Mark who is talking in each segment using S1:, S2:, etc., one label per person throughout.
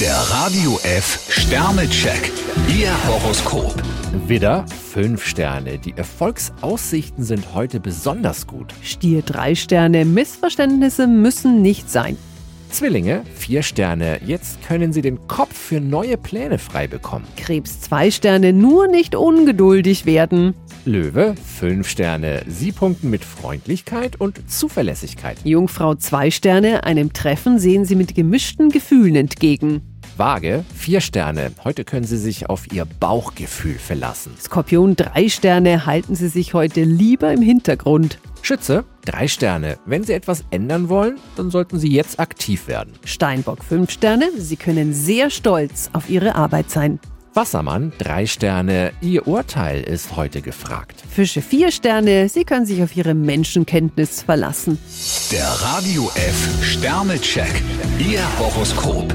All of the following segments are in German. S1: Der Radio F Sternecheck. Ihr Horoskop.
S2: Widder, 5 Sterne. Die Erfolgsaussichten sind heute besonders gut.
S3: Stier drei Sterne. Missverständnisse müssen nicht sein.
S2: Zwillinge, 4 Sterne. Jetzt können Sie den Kopf für neue Pläne frei bekommen.
S3: Krebs zwei Sterne. Nur nicht ungeduldig werden.
S2: Löwe, 5 Sterne. Sie punkten mit Freundlichkeit und Zuverlässigkeit.
S3: Jungfrau zwei Sterne. Einem Treffen sehen Sie mit gemischten Gefühlen entgegen.
S2: Waage, 4 Sterne. Heute können Sie sich auf Ihr Bauchgefühl verlassen.
S3: Skorpion drei Sterne. Halten Sie sich heute lieber im Hintergrund.
S2: Schütze, 3 Sterne. Wenn Sie etwas ändern wollen, dann sollten Sie jetzt aktiv werden.
S3: Steinbock fünf Sterne. Sie können sehr stolz auf Ihre Arbeit sein.
S2: Wassermann, 3 Sterne. Ihr Urteil ist heute gefragt.
S3: Fische vier Sterne. Sie können sich auf Ihre Menschenkenntnis verlassen.
S1: Der Radio F Sternecheck. Ihr Horoskop.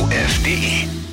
S1: radiof.de.